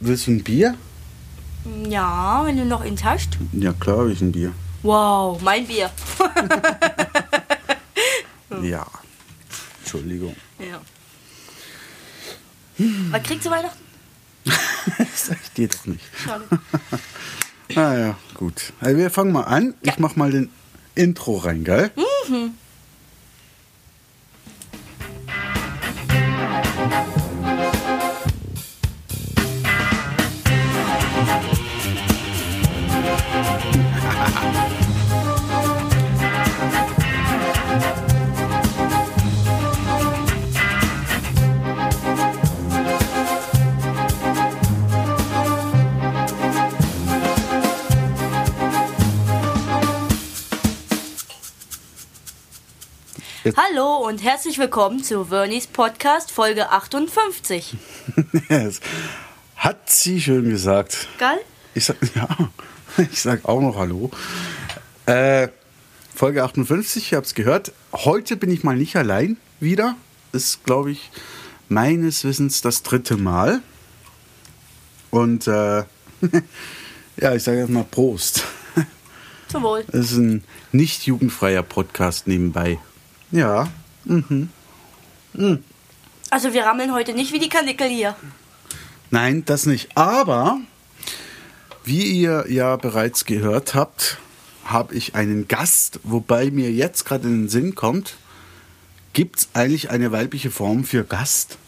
Willst du ein Bier? Ja, wenn du noch eins hast. Ja, klar habe ich ein Bier. Wow, mein Bier. Ja. Entschuldigung. ja. Was kriegst du Weihnachten? Sag ich dir doch nicht. Schade. Ah ja, gut. Also wir fangen mal an. Ich mach mal den Intro rein, geil? Hallo und herzlich willkommen zu Vernies Podcast Folge 58. Hm? Yes. Hat sie schön gesagt. Geil? Ich sag, ja, ich sag auch noch Hallo. Äh, Folge 58, ihr habt's gehört. Heute bin ich mal nicht allein wieder. Ist, glaube ich, meines Wissens das dritte Mal. Und äh, ja, ich sage jetzt mal Prost. Zum Wohl. Es ist ein nicht jugendfreier Podcast nebenbei. Ja, Also wir rammeln heute nicht wie die Kanickel hier. Nein, das nicht. Aber wie ihr ja bereits gehört habt, habe ich einen Gast, wobei mir jetzt gerade in den Sinn kommt, gibt es eigentlich eine weibliche Form für Gast?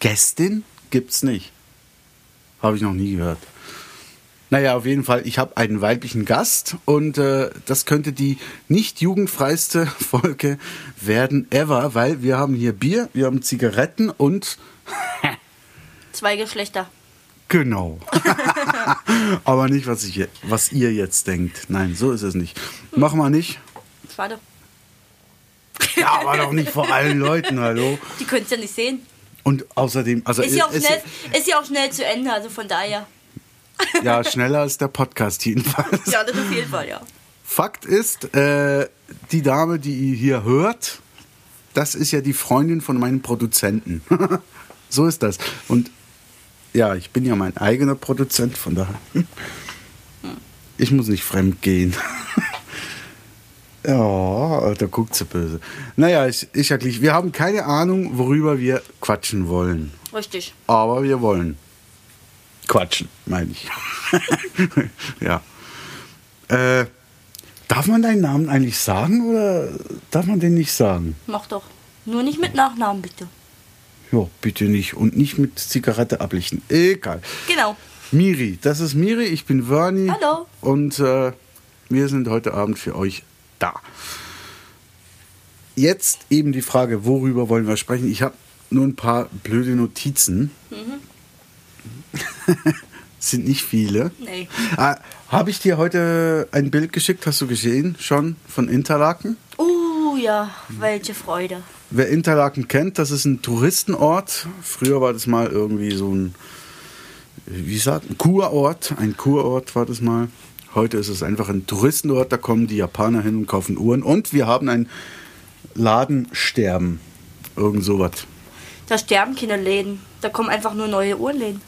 Gästin? Gibt's nicht. Habe ich noch nie gehört. Naja, auf jeden Fall, ich habe einen weiblichen Gast und äh, das könnte die nicht jugendfreiste Folge werden ever, weil wir haben hier Bier, wir haben Zigaretten und Zwei Geschlechter. Genau. Aber nicht, was, ich, je- was ihr jetzt denkt. Nein, so ist es nicht. Mach mal nicht. Schade. Ja, aber doch nicht vor allen Leuten, hallo. Die können es ja nicht sehen. Und außerdem, also Ist ja auch es- schnell, ist ja auch schnell zu Ende, also von daher. ja, schneller ist der Podcast jedenfalls. Ja, das auf jeden Fall, ja. Fakt ist, äh, die Dame, die ihr hier hört, das ist ja die Freundin von meinem Produzenten. so ist das. Und ja, ich bin ja mein eigener Produzent, von daher. Ich muss nicht fremd gehen. ja, da guckt sie böse. Naja, ich, ich erkläre, wir haben keine Ahnung, worüber wir quatschen wollen. Richtig. Aber wir wollen quatschen, meine ich. ja. Äh, darf man deinen Namen eigentlich sagen oder darf man den nicht sagen? Mach doch. Nur nicht mit Nachnamen, bitte. Ja, bitte nicht. Und nicht mit Zigarette ablichten. Egal. Genau. Miri, das ist Miri, ich bin Verni. Hallo. Und äh, wir sind heute Abend für euch da. Jetzt eben die Frage, worüber wollen wir sprechen? Ich habe nur ein paar blöde Notizen. Mhm. sind nicht viele. Nee. Ah, habe ich dir heute ein Bild geschickt, hast du gesehen, schon von Interlaken? Uh, ja, welche Freude. Wer Interlaken kennt, das ist ein Touristenort. Früher war das mal irgendwie so ein, wie sagt, ein Kurort. Ein Kurort war das mal. Heute ist es einfach ein Touristenort. Da kommen die Japaner hin und kaufen Uhren. Und wir haben ein Ladensterben. Irgend sowas. Da sterben keine Läden. Da kommen einfach nur neue Uhrenläden.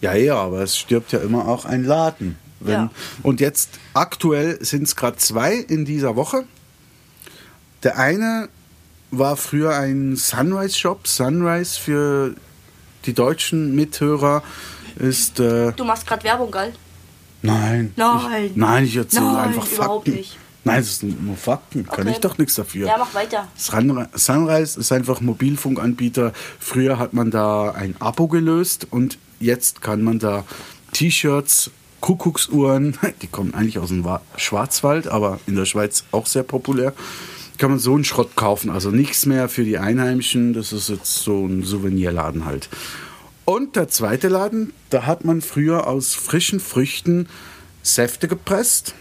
Ja, ja, aber es stirbt ja immer auch ein Laden. Wenn, Ja. Und jetzt aktuell sind es gerade zwei in dieser Woche. Der eine war früher ein Sunrise Shop. Sunrise für die deutschen Mithörer ist. Äh, Du machst gerade Werbung, gell? nein. Nein. Ich, nein, ich erzähle Nein, einfach Fakten. überhaupt nicht. Nein, es sind nur Fakten. Kann Okay. ich doch nichts dafür. Ja, mach weiter. Sunri- Sunrise ist einfach Mobilfunkanbieter. Früher hat man da ein Abo gelöst und jetzt kann man da T-Shirts, Kuckucksuhren, die kommen eigentlich aus dem Wa- Schwarzwald, aber in der Schweiz auch sehr populär, kann man so einen Schrott kaufen. Also nichts mehr für die Einheimischen, das ist jetzt so ein Souvenirladen halt. Und der zweite Laden, da hat man früher aus frischen Früchten Säfte gepresst.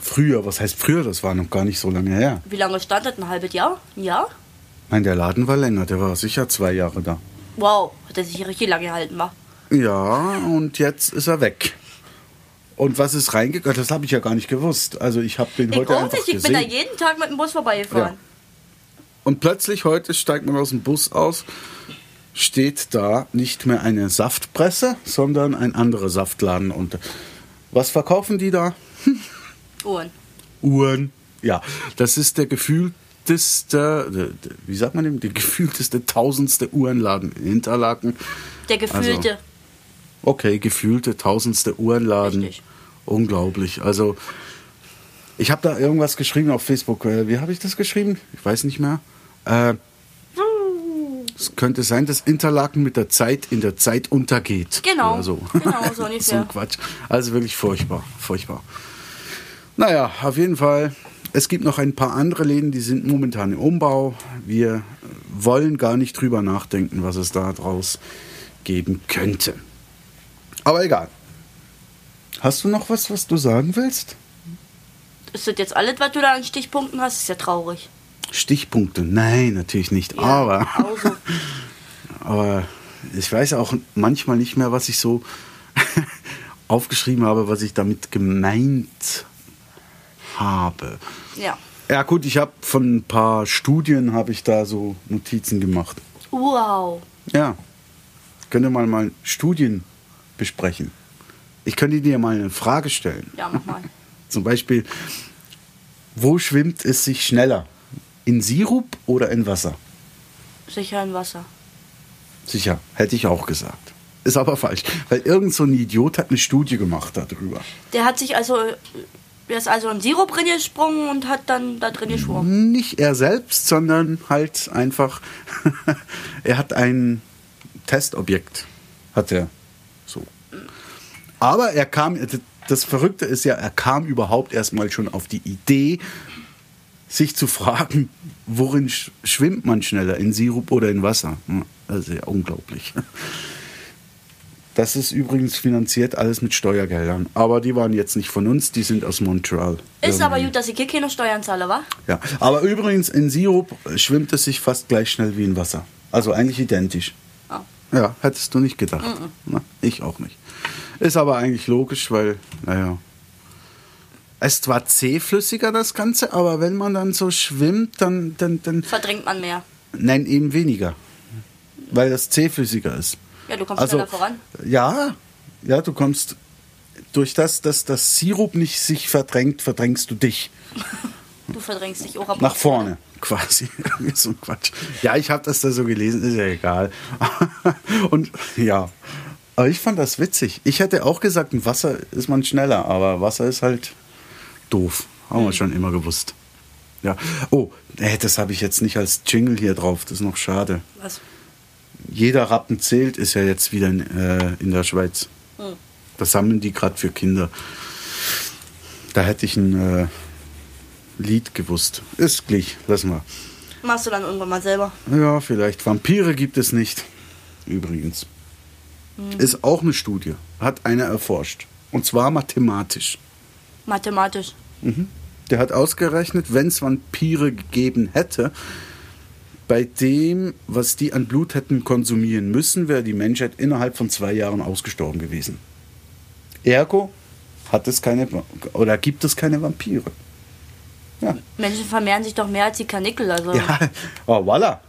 Früher, was heißt früher? Das war noch gar nicht so lange her. Wie lange stand das? Ein halbes Jahr? Ein Jahr? Nein, der Laden war länger, der war sicher zwei Jahre da. Wow, hat er sich richtig lange gehalten, wa? Ja, und jetzt ist er weg. Und was ist reingegangen? Das habe ich ja gar nicht gewusst. Also ich habe den Ich heute auch einfach nicht, ich bin da gesehen. jeden Tag mit dem Bus vorbeigefahren. und plötzlich heute steigt man aus dem Bus aus steht da nicht mehr eine Saftpresse, sondern ein anderer Saftladen. Und was verkaufen die da? Uhren. Uhren. Ja, das ist der gefühlteste, wie sagt man dem, der gefühlteste tausendste Uhrenladen in Hinterlaken. Der gefühlte. Also, okay, gefühlte tausendste Uhrenladen. Richtig. Unglaublich. Also ich habe da irgendwas geschrieben auf Facebook. Äh, Wie habe ich das geschrieben? Ich weiß nicht mehr. Äh, es könnte sein, dass Interlaken mit der Zeit in der Zeit untergeht. Genau, Oder so. genau, so ungefähr. so ein Quatsch. Also wirklich furchtbar, furchtbar. Naja, auf jeden Fall. Es gibt noch ein paar andere Läden, die sind momentan im Umbau. Wir wollen gar nicht drüber nachdenken, was es da draus geben könnte. Aber egal. Hast du noch was, was du sagen willst? Ist das jetzt alles, was du da an Stichpunkten hast? Ist ja traurig. Stichpunkte? Nein, natürlich nicht. Ja, aber, Also, aber ich weiß auch manchmal nicht mehr, was ich so aufgeschrieben habe, was ich damit gemeint habe. ja. Ja gut, ich habe von ein paar Studien habe ich da so Notizen gemacht. Wow. Ja, könnte man mal Studien besprechen. Ich könnte dir mal eine Frage stellen. Ja, mach mal. Zum Beispiel, wo schwimmt es sich schneller? In Sirup oder in Wasser? Sicher im Wasser. Sicher, hätte ich auch gesagt. Ist aber falsch, weil irgend so ein Idiot hat eine Studie gemacht darüber. Der hat sich also. Der ist also in Sirup drin gesprungen und hat dann da drin geschwommen. Nicht er selbst, sondern halt einfach, er hat ein Testobjekt, hat er so. Aber er kam, das Verrückte ist ja, er kam überhaupt erstmal schon auf die Idee, sich zu fragen, worin sch schwimmt man schneller, in Sirup oder in Wasser? Hm, Das ist ja unglaublich. Das ist übrigens finanziert alles mit Steuergeldern. Aber die waren jetzt nicht von uns, die sind aus Montreal. Ist aber Irgendwie. gut, dass ich hier keine Steuern zahle, wa? Ja, aber übrigens in Sirup schwimmt es sich fast gleich schnell wie in Wasser. Also eigentlich identisch. Ah. Ja, hättest du nicht gedacht. Na, ich auch nicht. Ist aber eigentlich logisch, weil, naja. Es ist zwar zähflüssiger das Ganze, aber wenn man dann so schwimmt, dann, dann, dann Verdrängt man mehr. nein, eben weniger. Weil das zähflüssiger ist. Also, Ja, du kommst schneller voran. Ja, ja, du kommst durch das, dass das Sirup nicht sich verdrängt, verdrängst du dich Du verdrängst dich auch ab. nach vorne quasi. Irgendwie so ein Quatsch. Ja, ich habe das da so gelesen, ist ja egal. Und ja, aber ich fand das witzig. Ich hätte auch gesagt, im Wasser ist man schneller, aber Wasser ist halt doof. Haben wir schon immer gewusst. Ja. Oh, äh, das habe ich jetzt nicht als Jingle hier drauf, das ist noch schade. Was? Jeder Rappen zählt ist ja jetzt wieder in, äh, in der Schweiz. Hm. Das sammeln die gerade für Kinder. Da hätte ich ein äh, Lied gewusst. Ist gleich, lassen wir. Machst du dann irgendwann mal selber. Ja, vielleicht. Vampire gibt es nicht. Übrigens. Ist auch eine Studie. Hat einer erforscht. Und zwar mathematisch. Mathematisch. Der hat ausgerechnet, wenn es Vampire gegeben hätte, bei dem, was die an Blut hätten konsumieren müssen, wäre die Menschheit innerhalb von zwei Jahren ausgestorben gewesen. Ergo hat es keine oder gibt es keine Vampire. Ja. Menschen vermehren sich doch mehr als die Karnickel, also. Ja, oh, voilà.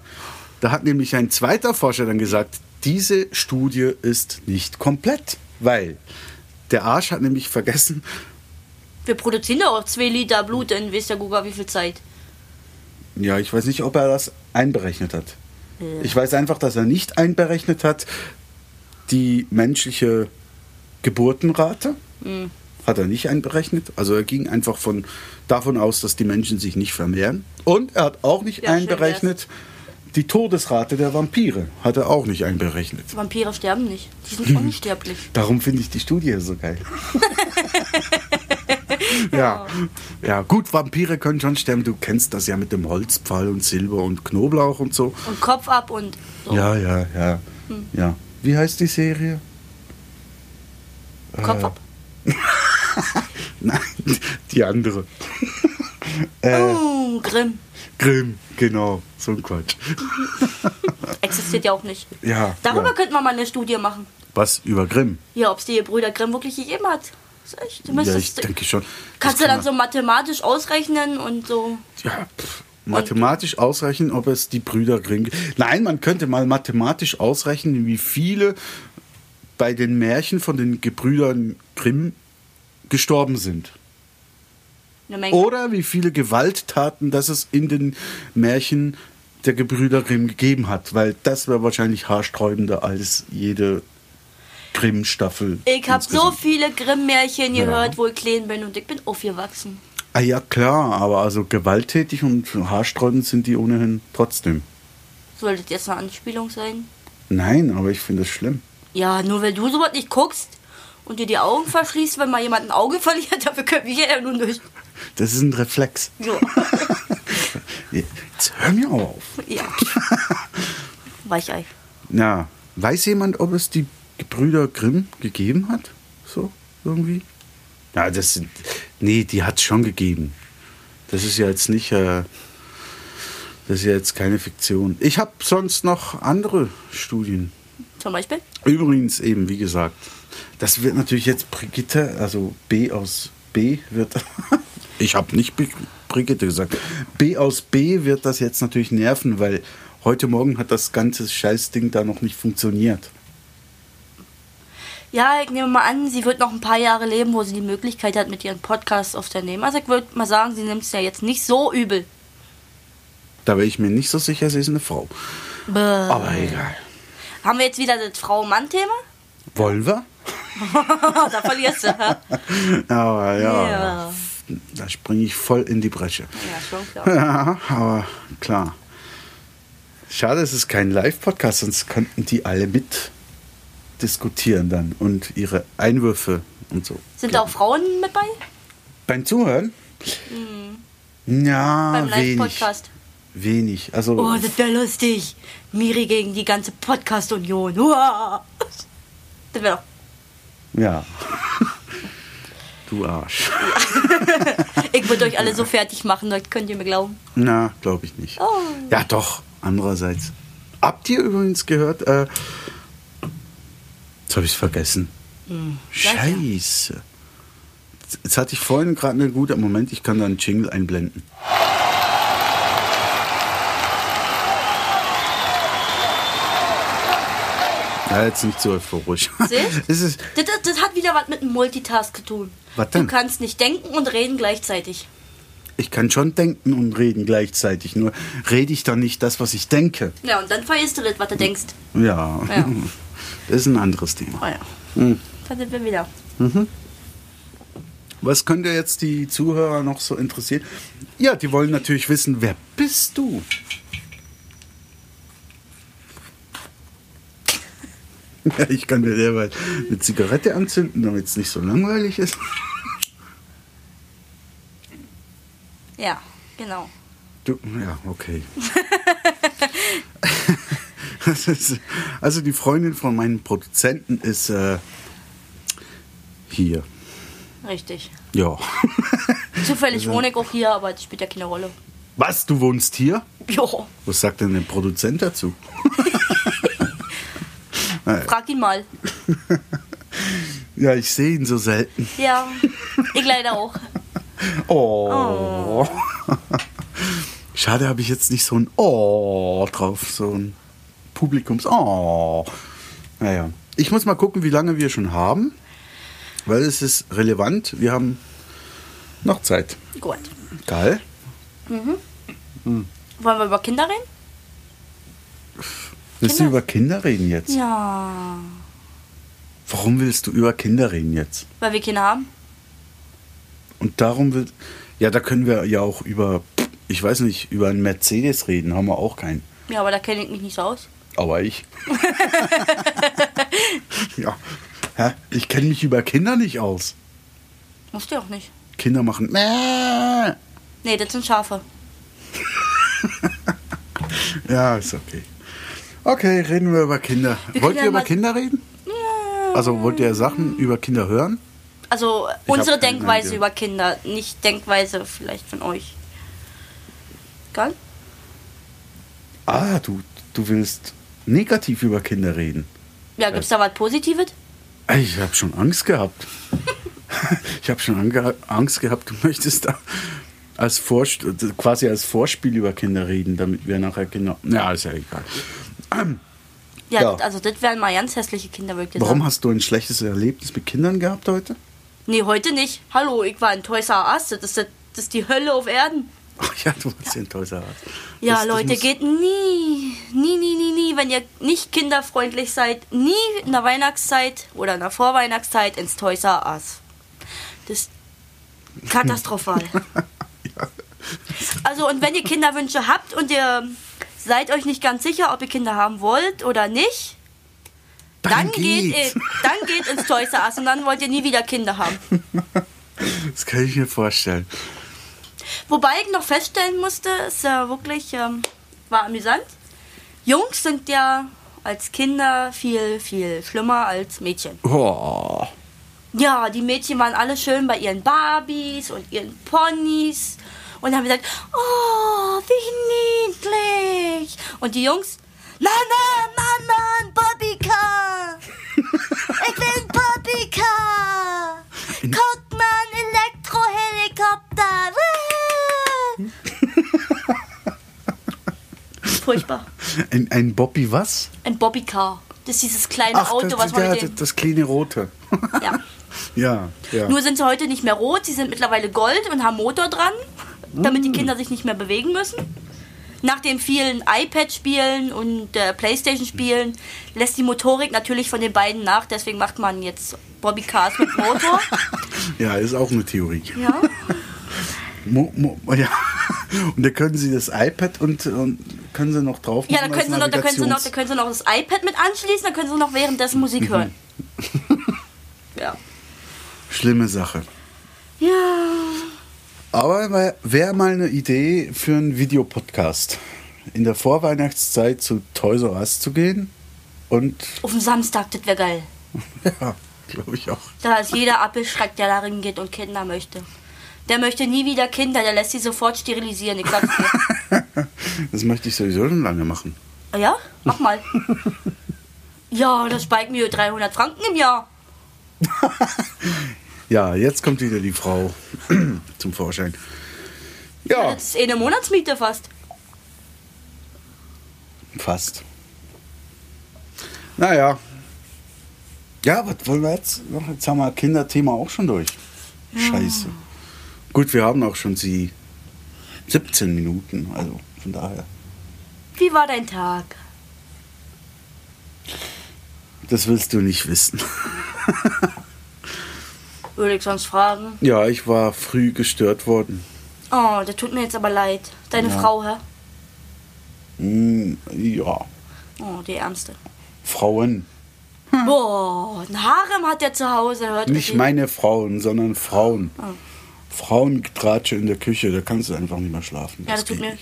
Da hat nämlich ein zweiter Forscher dann gesagt, diese Studie ist nicht komplett, weil der Arsch hat nämlich vergessen, Wir produzieren doch auch zwei Liter Blut in weiß der Guga wie viel Zeit. ja, ich weiß nicht, ob er das einberechnet hat. Ja. Ich weiß einfach, dass er nicht einberechnet hat, die menschliche Geburtenrate hat er nicht einberechnet. Also er ging einfach von, davon aus, dass die Menschen sich nicht vermehren. Und er hat auch nicht Ja, schön einberechnet, die Todesrate der Vampire hat er auch nicht einberechnet. Vampire sterben nicht. Die sind unsterblich. Darum finde ich die Studie so geil. ja. ja, gut, Vampire können schon sterben. Du kennst das ja mit dem Holzpfahl und Silber und Knoblauch und so. Und Kopf ab und. So. Ja, ja, ja. ja. Wie heißt die Serie? Kopf ab. Nein, die andere. äh, Oh, Grimm. Grimm, genau. So ein Quatsch. Existiert ja auch nicht. Ja. Darüber ja. könnten wir mal eine Studie machen. Was über Grimm? Ja, ob es die Brüder Grimm wirklich gegeben hat. Ist echt. Du Ja, ich müsstest, denke schon. Das kannst du kann dann so mathematisch ausrechnen und so. man- Ja, pff, Mathematisch ausrechnen, ob es die Brüder Grimm. Nein, man könnte mal mathematisch ausrechnen, wie viele bei den Märchen von den Gebrüdern Grimm gestorben sind. Eine Menge. Oder wie viele Gewalttaten, dass es in den Märchen der Gebrüder Grimm gegeben hat, weil das wäre wahrscheinlich haarsträubender als jede Grimm-Staffel. Ich habe so insgesamt. viele Grimm-Märchen Ja. gehört, wo ich klein bin und ich bin aufgewachsen. Ah ja, klar, aber also gewalttätig und haarsträubend sind die ohnehin trotzdem. Soll das jetzt eine Anspielung sein? Nein, aber ich finde es schlimm. Ja, nur weil du sowas nicht guckst und dir die Augen verschließt, wenn mal jemand ein Auge verliert, dafür können wir ja nun nicht. Das ist ein Reflex. So, Jetzt hör mir auch auf. ja. Weichei. Na, weiß jemand, ob es die Gebrüder Grimm gegeben hat? So, irgendwie? Ja, das sind. Nee, die hat es schon gegeben. Das ist ja jetzt nicht. Äh, das ist ja jetzt keine Fiktion. Ich habe sonst noch andere Studien. Zum Beispiel? Übrigens eben, wie gesagt, das wird natürlich jetzt Brigitte, also B aus B wird. ich habe nicht Bri- Brigitte gesagt. B aus B wird das jetzt natürlich nerven, weil heute Morgen hat das ganze Scheißding da noch nicht funktioniert. Ja, ich nehme mal an, sie wird noch ein paar Jahre leben, wo sie die Möglichkeit hat, mit ihren Podcasts aufzunehmen. Also ich würde mal sagen, sie nimmt es ja jetzt nicht so übel. Da wäre ich mir nicht so sicher, sie ist eine Frau. Bäh. Aber egal. Haben wir jetzt wieder das Frau-Mann-Thema? Wollen wir? da verlierst du. hä? Aber ja, Ja. da springe ich voll in die Bresche. Ja, schon klar. Ja, aber klar. Schade, es ist kein Live-Podcast, sonst könnten die alle mit diskutieren dann und ihre Einwürfe und so. Sind da auch Frauen mit bei? Beim Zuhören? Ja, Mhm. Beim wenig. Live-Podcast? Wenig. Also Oh, das wäre lustig. Miri gegen die ganze Podcast-Union. Uah. Das wäre ja. du Arsch. doch. Ich würde euch alle so fertig machen, das könnt ihr mir glauben. Na, glaube ich nicht. Oh. Ja, doch. Andererseits. Habt ihr übrigens gehört? Äh, jetzt habe ich es vergessen. Hm, Scheiße. Jetzt- Jetzt hatte ich vorhin gerade eine gute. Moment, ich kann da einen Jingle einblenden. Ja, jetzt nicht so euphorisch. Siehst? Es ist, Das, das, das hat wieder was mit dem Multitask zu tun. Was du denn? kannst nicht denken und reden gleichzeitig. ich kann schon denken und reden gleichzeitig, nur rede ich dann nicht das, was ich denke. Ja, und dann vergisst du das, was du denkst. Ja, Ja. das ist ein anderes Thema. Oh ja. Hm. Da sind wir wieder. Was könnte jetzt die Zuhörer noch so interessieren? Ja, die wollen natürlich wissen, wer bist du? Ja, ich kann mir derweil eine Zigarette anzünden, damit es nicht so langweilig ist. Ja, genau. Du, ja, okay. Das ist, also die Freundin von meinem Produzenten ist äh, hier. Richtig. Ja. Zufällig wohne ich auch hier, aber das spielt ja keine Rolle. Was, du wohnst hier? Jo, Was sagt denn der Produzent dazu? frag ihn mal. Ja, ich sehe ihn so selten. Ja, ich leider auch. Oh. Schade, habe ich jetzt nicht so ein Oh drauf, so ein Publikums Oh. Naja, ich muss mal gucken, wie lange wir schon haben, weil es ist relevant. Wir haben noch Zeit. Gut. Geil. Wollen wir über Kinder reden? Willst Kinder- du über Kinder reden jetzt? Ja. Warum willst du über Kinder reden jetzt? Weil wir Kinder haben? Und darum will. Ja, da können wir ja auch über, ich weiß nicht, über einen Mercedes reden. Haben wir auch keinen. Ja, aber da kenne ich mich nicht so aus. Aber ich. ja. Hä? Ich kenne mich über Kinder nicht aus. Musst du auch nicht. Kinder machen. Mäh. Nee, das sind Schafe. Ja, ist okay. Okay, reden wir über Kinder. Wir wollt können ihr ja über mal- Kinder reden? Also wollt ihr Sachen über Kinder hören? Also unsere hab keine Denkweise Idee. über Kinder, nicht Denkweise vielleicht von euch. Geil? Ah, du, du willst negativ über Kinder reden. Ja, gibt's da was Positives? Ey, Ich habe schon Angst gehabt. Ich habe schon ange Angst gehabt, du möchtest da als Vorst quasi als Vorspiel über Kinder reden, damit wir nachher Kinder. Ja, ist ja egal. Ähm, Ja, Ja. also das wären mal ganz hässliche Kinder, wirklich. warum hast du ein schlechtes Erlebnis mit Kindern gehabt heute? Nee, heute nicht. Hallo, ich war in Toys R Us. Das ist, das ist die Hölle auf Erden. Ach ja, du warst ja ein teurer Arzt. Ja, Das- das Leute, muss- geht nie, nie, nie, nie, nie, wenn ihr nicht kinderfreundlich seid, nie in der Weihnachtszeit oder in der Vorweihnachtszeit ins Toys R Us. Das ist katastrophal. Also, und wenn ihr Kinderwünsche habt und ihr seid euch nicht ganz sicher, ob ihr Kinder haben wollt oder nicht, dann, geht, ihr, dann geht ins Toys R Us und dann wollt ihr nie wieder Kinder haben. Das kann ich mir vorstellen. Wobei ich noch feststellen musste, ist ja wirklich, ähm, war amüsant. Jungs sind ja als Kinder viel, viel schlimmer als Mädchen. Oh, Ja, die Mädchen waren alle schön bei ihren Barbies und ihren Ponys und haben gesagt, oh, wie niedlich. Und die Jungs, nein, nein, nein, nein, Bobbycar. Ich will ein Bobbycar. Guck mal, ein Elektrohelikopter. Woo! Furchtbar. ein, ein Bobby was? Ein Bobbycar. Das ist dieses kleine Auto, das, was man ja, mit das, dem... das kleine rote. Ja. ja, ja. Nur sind sie heute nicht mehr rot, sie sind mittlerweile gold und haben Motor dran, damit die Kinder sich nicht mehr bewegen müssen. Nach den vielen iPad-Spielen und äh, Playstation-Spielen lässt die Motorik natürlich von den beiden nach, deswegen macht man jetzt Bobby Cars mit Motor. ja, ist auch eine Theorie. ja. Mo, mo, ja. Und da können Sie das iPad und, und können Sie noch drauf ja, da machen können, sie als noch, da, können sie noch, Navigations- da können sie noch das iPad mit anschließen, da können sie noch währenddessen Musik hören. ja. Schlimme Sache. Ja. Aber wäre mal eine Idee für einen Videopodcast. In der Vorweihnachtszeit zu Toys R Us zu gehen und Auf dem Samstag, das wäre geil. ja, glaube ich auch. Da ist jeder abgeschreckt, der darin geht und Kinder möchte. Der möchte nie wieder Kinder, der lässt sie sofort sterilisieren. Ich sag's dir. Das möchte ich sowieso schon lange machen. Ah ja? Mach mal. Ja, das spart mir 300 Franken im Jahr. Ja, jetzt kommt wieder die Frau zum Vorschein. Ja, Das ist eh eine Monatsmiete fast. fast. Naja. Ja, was wollen wir jetzt? noch? Jetzt haben wir Kinderthema auch schon durch. Scheiße. Gut, wir haben auch schon sie 17 Minuten, also von daher. Wie war dein Tag? Das willst du nicht wissen. Würde ich sonst fragen. Ja, ich war früh gestört worden. Oh, das tut mir jetzt aber leid. Deine Ja. Frau, hä? Hm, ja, Oh, die Ärmste. Frauen. Boah, ein Harem hat der zu Hause. Hört Hm. Nicht ihr die? meine Frauen, sondern Frauen. Frauengetratsche in der Küche, da kannst du einfach nicht mehr schlafen. Ja, das tut, geht mir,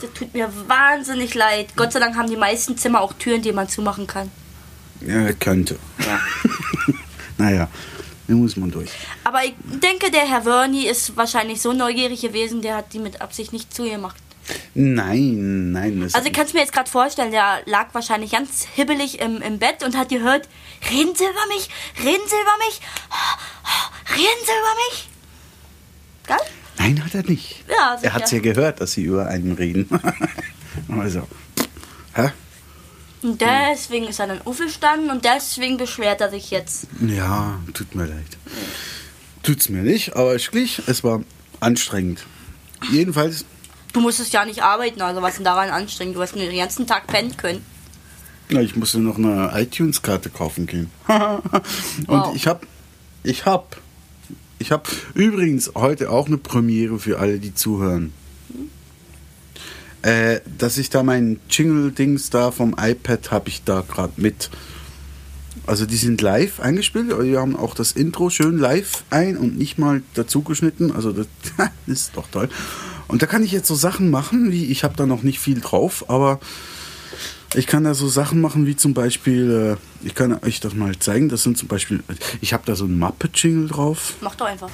das tut mir wahnsinnig leid. Gott sei Dank haben die meisten Zimmer auch Türen, die man zumachen kann. nicht. Ja, könnte. naja, da muss man durch. Aber ich denke, der Herr Wernie ist wahrscheinlich so neugierig gewesen, der hat die mit Absicht nicht zugemacht. Nein, nein. Das Also ich kann es mir jetzt gerade vorstellen, der lag wahrscheinlich ganz hibbelig im, im Bett und hat gehört, reden Sie über mich, reden Sie über mich, reden Sie über mich. Gell? nein, hat er nicht. Ja, sicher. er hat es ja gehört, dass sie über einen reden. also, hä? Hm. Und deswegen ist er dann aufgestanden und deswegen beschwert er sich jetzt. Ja, tut mir leid. Tut's mir nicht, aber ich glich, es war anstrengend. Jedenfalls, Du musstest ja nicht arbeiten, also was ist denn daran anstrengend? Du hast nur den ganzen Tag pennen können. na, ich musste noch eine iTunes-Karte kaufen gehen. Und Wow. ich hab, ich hab, ich hab übrigens heute auch eine Premiere für alle, die zuhören. Äh, dass ich da meinen Jingle-Dings da vom iPad habe ich da gerade mit. Also die sind live eingespielt, aber wir haben auch das Intro schön live ein und nicht mal dazu geschnitten. Also das ist doch toll. Und da kann ich jetzt so Sachen machen, wie ich habe da noch nicht viel drauf, aber ich kann da so Sachen machen, wie zum Beispiel, äh, ich kann euch das mal zeigen. Das sind zum Beispiel, ich habe da so einen Muppet-Jingle drauf. Mach doch einfach.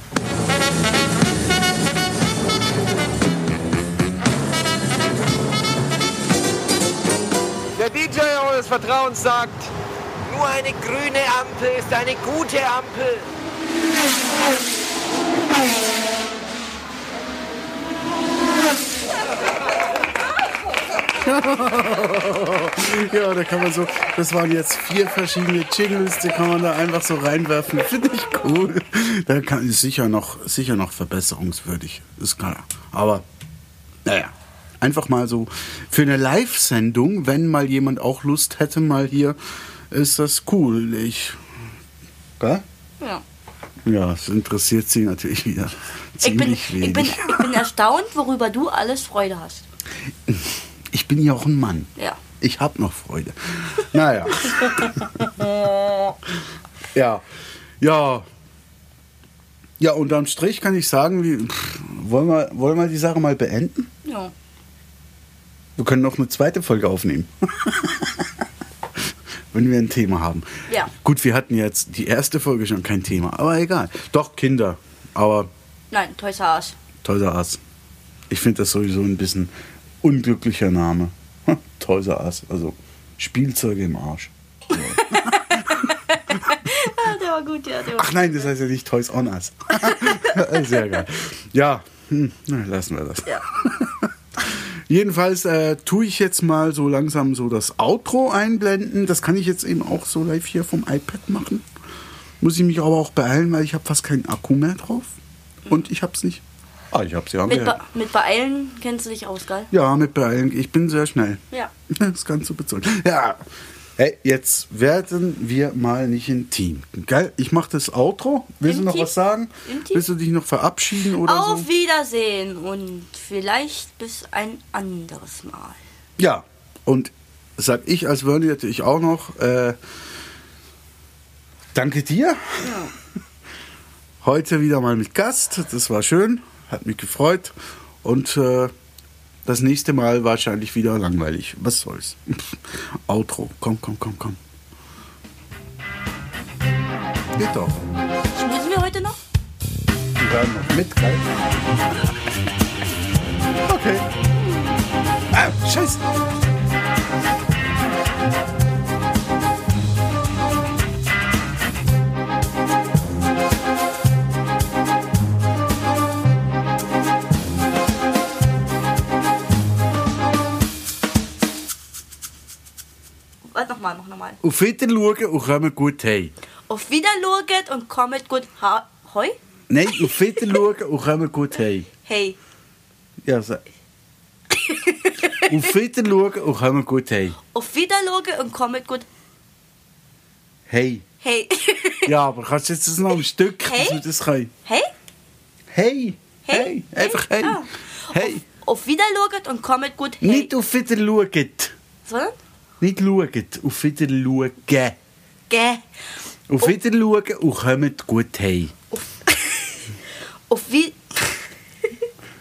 Der DJ eures Vertrauens sagt, nur eine grüne Ampel ist eine gute Ampel. ja, da kann man so, das waren jetzt vier verschiedene Jingles, die kann man da einfach so reinwerfen. Finde ich cool. Da kann ist sicher noch, sicher noch verbesserungswürdig. Ist klar. Aber, naja. Einfach mal so für eine Live-Sendung, wenn mal jemand auch Lust hätte, mal hier, ist das cool. Ich. Gell? Ja. Ja, es interessiert sie natürlich wieder Ich bin, ziemlich ich, bin, wenig. ich bin erstaunt, worüber du alles Freude hast. Ich bin ja auch ein Mann. Ja. Ich hab noch Freude. Naja. ja. Ja. Ja, unterm Strich kann ich sagen, wie, pff, wollen, wir, wollen wir die Sache mal beenden? Ja. Wir können noch eine zweite Folge aufnehmen. Wenn wir ein Thema haben. Ja. Gut, wir hatten jetzt die erste Folge schon kein Thema, aber egal. Doch, Kinder. Aber Nein, Toys R Us. Toys R Us. Ich finde das sowieso ein bisschen unglücklicher Name. Toys R Us, also Spielzeuge im Arsch. Ja, der war gut, ja, der war Ach nein, das heißt ja nicht Toys on Us. Sehr geil. Ja, hm, na, lassen wir das. Ja. Jedenfalls äh, tue ich jetzt mal so langsam so das Outro einblenden. Das kann ich jetzt eben auch so live hier vom iPad machen. Muss ich mich aber auch beeilen, weil ich habe fast keinen Akku mehr drauf. Und ich hab's nicht. Ah, ich hab's ja. Mit, Be mit Beeilen kennst du dich aus, geil? Ja, mit Beeilen. Ich bin sehr schnell. Ja. Das kannst du bezeugen. Ja. Hey, jetzt werden wir mal nicht intim. Geil, ich mache das Outro. Willst du noch Intim? was sagen? Intim? Willst du dich noch verabschieden oder Auf so? Wiedersehen und vielleicht bis ein anderes Mal. Ja. Und sag ich als Wörni natürlich auch noch, äh, danke dir. Heute wieder mal mit Gast. Das war schön. Hat mich gefreut. Und äh, das nächste Mal wahrscheinlich wieder langweilig. Was soll's? Outro. Komm, komm, komm, komm. Geht doch. Spielen wir heute noch? Wir hören noch mit, gell? Okay. Ah, scheiße. Warte nochmal, mach nochmal. Auf Wiedersehen schauen und kommen gut heim. Auf Wiedersehen und kommet gut ha Hoi? Nein, auf Wiedersehen schauen und kommen gut heim. Hey. Ja, so. auf Wiedersehen schauen und kommen gut heim. Auf Wiedersehen und kommet gut Hey. Hey. Ja, aber kannst du jetzt das noch ein Stück, dass wir das können? hey? Hey. Hey. Hey. Einfach hey. Ah. Hey. Auf Wiedersehen und kommet gut Hey. Nicht auf Wiedersehen schauen. Sondern? Nicht schauen, auf Wiedersehen schauen. Gäh. Auf Wiedersehen schauen und kommt gut heim. Auf wie.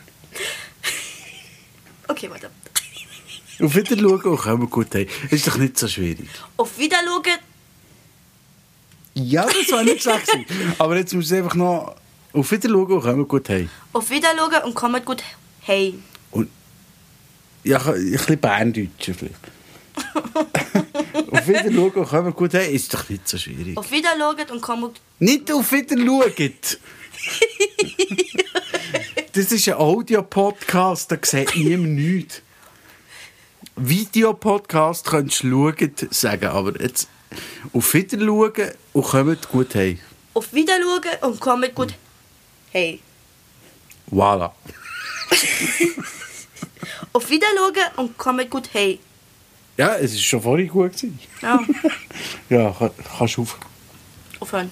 okay, warte. Auf Wiedersehen schauen und kommt gut heim. Ist doch nicht so schwierig. Auf Wiedersehen. Ja, das war nicht schlecht. gewesen. aber jetzt musst du einfach noch auf Wiedersehen schauen und kommt gut heim. Auf Wiedersehen und kommet gut Hey. Und ja, ein bisschen Berndeutscher vielleicht. auf Wiedersehen schauen und kommt gut heim. Ist doch nicht so schwierig. Auf Wiedersehen und kommet. Nicht auf Wiedersehen schauen. Das ist ein Audio-Podcast, da sieht niemand nichts. Videopodcast könntest du schauen sagen, aber jetzt auf Wiedersehen schauen und kommt gut heim. Auf Wiedersehen und kommet gut Hey. Voilà. Auf Wiedersehen und kommet gut Hey. Ja, es war schon vorhin gut. Gewesen. Ja, Ja, ka- kannst du auf. aufhören.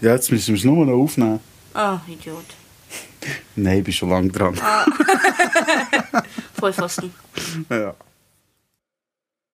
Ja, jetzt müssen wir es nur noch aufnehmen. Ah, Idiot. Ah. Nein, ich bin schon lange dran. Vollpfosten. Ja.